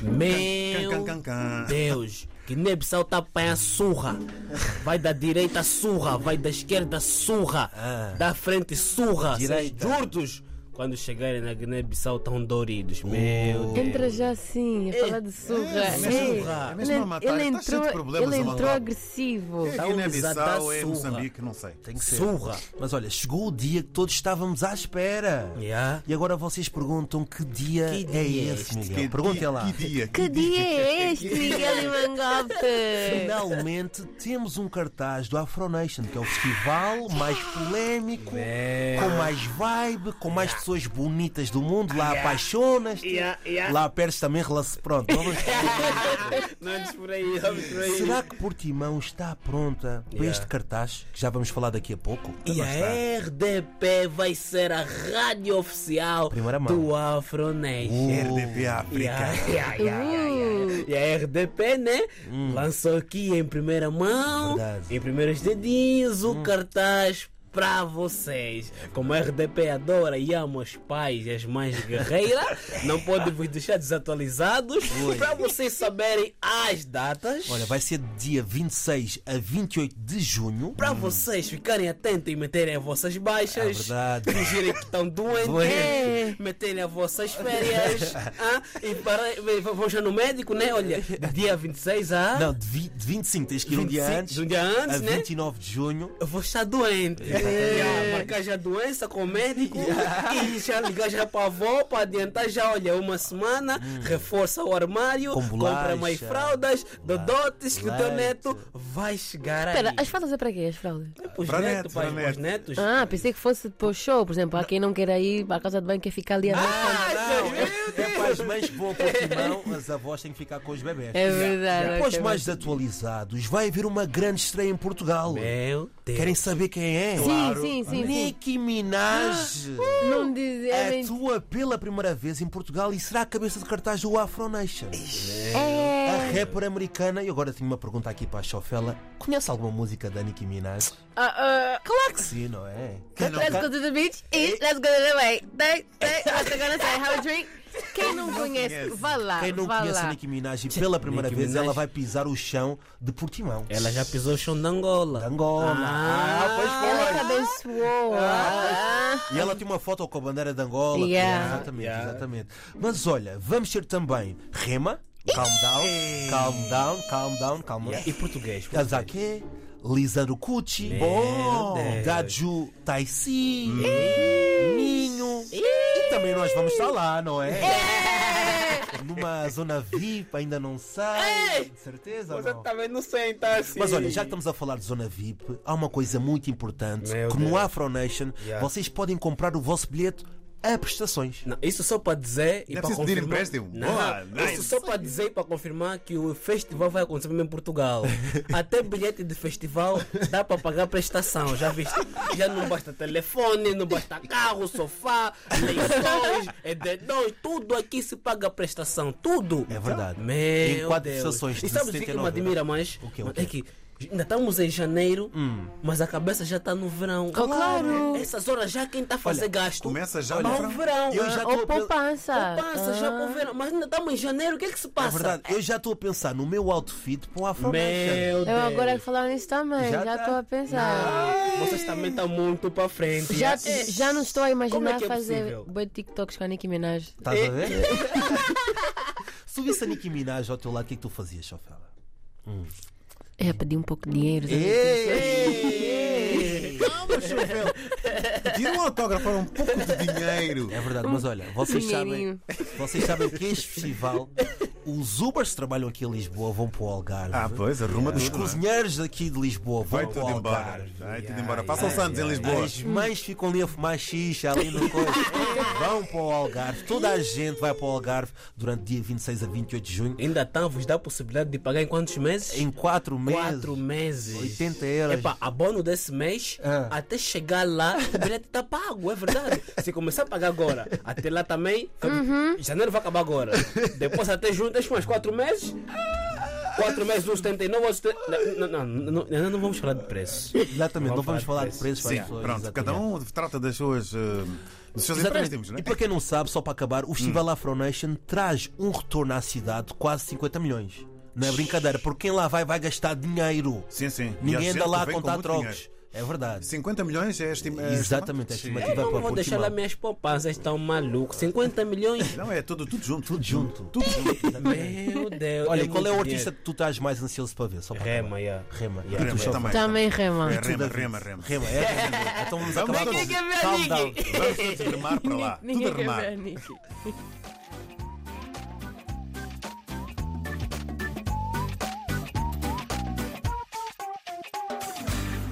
Meu Deus, Guiné-Bissau está tá a apanhar surra. Vai da direita surra, vai da esquerda surra, da frente surra. Vocês Direita. Jurtos, quando chegarem na Guiné-Bissau estão doridos. Meu Deus. Entra já assim, a falar de surra. é mesmo Ei, surra. É mesmo Ele, a matar, ele tá cheio de entrou, problemas ele a entrou Malawi. agressivo. É Dá um Guiné-Bissau, risada, é surra. Moçambique, não sei. Tem que ser. Surra. Mas olha, chegou o dia que todos estávamos à espera. Yeah. E agora vocês perguntam que dia, Que dia é é esse, este? Miguel? Que Perguntem dia- lá. Que dia? Que dia é este, Miguel Imangote? Finalmente temos um cartaz do Afronation, que é o festival mais polémico, com mais vibe, com mais pessoas bonitas do mundo. Lá apaixonas-te, Yeah, yeah. lá perdes também relação. Pronto, vamos- Não antes por aí, vamos por aí. Será que Portimão está pronta para Yeah. este cartaz, que já vamos falar daqui a pouco? E a RDP vai ser a rádio oficial Primeira mão. Uh. do Afronation. RDP África. Yeah, yeah, yeah, yeah, yeah. E a RDP, né? Lançou aqui em primeira mão, Hum. Verdade. Hum. em primeiros dedinhos, o cartaz para vocês. Como a RDP adora e ama os pais e as mães de guerreira, não pode vos deixar desatualizados para vocês saberem as datas. Olha, vai ser de dia 26 a 28 de junho. Ah, para vocês ficarem atentos e meterem as vossas baixas. Hum. É verdade. Fingirem que estão doentes, É, Doentes. meterem as vossas férias. ah, e para, e vão já no médico, né? Olha, de dia 26 a. Não, de, vi- de 25, tens que ir um dia 25, antes. de um dia antes, a né? 29 de junho. Eu vou estar doente. Yeah, marcar já doença com o médico e já ligar já para a avó para adiantar já, olha, uma semana, reforça o armário, Hum. Com compra mais bolacha, fraldas, dodotes, que o teu leite. neto vai chegar aí. Espera, as fraldas é para quê? As fraldas? Os Pra netos, neto, pai, pra os netos. Ah, pensei que fosse para o show, por exemplo. Há quem não queira ir para a casa de banho, quer ficar ali à noite. Ah, não, é, é para as mães que vão ao Portimão, as avós têm que ficar com os bebés. É verdade. ok, Depois, mais mas- atualizados, vai haver uma grande estreia em Portugal. Meu Deus. Querem saber quem é? Sim, sim, sim, é sim. Nicki Minaj Não dizer. É atua pela primeira vez em Portugal e será a cabeça de cartaz do Afro Nation. A Ah, É. rapper americana, e agora tenho uma pergunta aqui para a Chofela: conhece alguma música da Nicki Minaj? Ah, ah, Claro que sim. Sim, não é? Let's go to the beach, eat, let's go to the way. They, they, what they gonna say, have a drink. Quem não conhece, conhece. vá lá, Quem não Ah, vá conhece a lá. Nicki Minaj e pela primeira Nicki vez Minaj. ela vai pisar o chão de Portimão. Ela já pisou o chão da Angola. De Angola. Ah, Ah, pois Ela foi. que abençoou. Ah. E ela tem uma foto com a bandeira de Angola. Yeah. com- Exatamente, Yeah. exatamente. Mas olha, vamos ter também Rema, Calm Down, Calm Down, Calm Down, Calm Down. E português. português. Azake, Lisandro Cucci, Bom. Deus. Hum. Gaju Taisi, Ninho. E também nós vamos estar lá, não é? Numa zona VIP, ainda não É. sai. De certeza? ou Você não? também não sei, então assim. Mas olha, já que estamos a falar de zona VIP, há uma coisa muito importante: Meu que Deus. no Afro Nation Yeah. vocês podem comprar o vosso bilhete a prestações. É Não, isso só para dizer e Não para é preciso pedir confirmar. empréstimo. Não, Boa, Isso nice. só para dizer e para confirmar que o festival vai acontecer mesmo em Portugal. Até bilhete de festival dá para pagar prestação, já viste? Já não basta telefone, não basta carro, sofá, lençóis, edredons, tudo aqui se paga prestação, tudo. É verdade. Então, Meu Em quatro Deus. estações de E sabes o que que me 79 admira mais? né? O quê, Hum. o É que ainda estamos em janeiro, mas a cabeça já está no verão. Oh, claro. Essas horas já quem está a fazer gasto. começa já o Tá no verão. verão. Eu já Ou estou a pen- poupança. Ah. Passa já tá. para o verão. Mas ainda estamos em janeiro, o que é que se passa? É verdade, eu já estou a pensar no meu outfit para o Afro Nation. Eu agora que tá. falaram nisso também, já Já tá. estou a pensar. Vocês também estão muito para frente. Já, É. já não estou a imaginar Como é que é fazer possível? bué de TikToks com a Nicki Minaj. Estás a ver? Se visse a É. Nicki Minaj ao teu lado, o que é que tu fazias, Chofela? É, pedi um pouco de dinheiro. Ei! Tira um autógrafo, era um pouco de dinheiro. Ah, É verdade, mas olha, vocês sabem, Dinheirinho. vocês sabem que este festival, os Ubers que trabalham aqui em Lisboa vão para o Algarve. Ah, pois, arruma Os tudo. não é? cozinheiros aqui de Lisboa vão Vai ao tudo embora. Algarve. Vai tudo embora. Façam Santos em Lisboa. As mães ficam ali a fumar xixa, ali no coisa. Vão para o Algarve. Toda a gente vai para o Algarve durante dia 26 a 28 de junho. Ainda estão a vos dar a possibilidade de pagar em quantos meses? Em 4 meses. Quatro meses. 80 euros. Epá, abono desse mês, Ah. até chegar lá, o bilhete está pago, é verdade. Se começar a pagar agora, até lá também, fe- janeiro vai acabar agora. Depois até junho, deixa mais quatro meses. 4 meses, uns 39, outros. tre- Não, não, não, não, não vamos falar de preço. Exatamente, não vamos falar de preços para Sim, as pessoas. pronto. Cada exatamente. um trata das suas, eh, dos seus Exatamente. empréstimos, né? E para quem não sabe, só para acabar, o Hum. Festival Afro Nation traz um retorno à cidade de quase 50 milhões. Não é brincadeira, porque quem lá vai vai gastar dinheiro. Sim, sim. E a Ninguém gente anda lá a vem com contar muito trocos. dinheiro. É verdade. 50 milhões é estima- é Exatamente, a estimado? estimativa Não para vou deixar lá Portimão. minhas poupanças, estão maluco. 50 milhões? Não, é tudo, tudo junto. Tudo junto. Tudo junto. Meu Deus. Olha, qual é muito o artista dinheiro. que tu estás mais ansioso para ver? Só É. para Rema, acabar. yeah. Rema. Yeah. E tu, Rema, Chofre? também. Também É, rema. rema, rema, rema. Rema, é. Então vamos Vamos acabar todos. com calm down. Vamos todos remar para lá. Tudo Ninguém quer remar. ver a Nicki.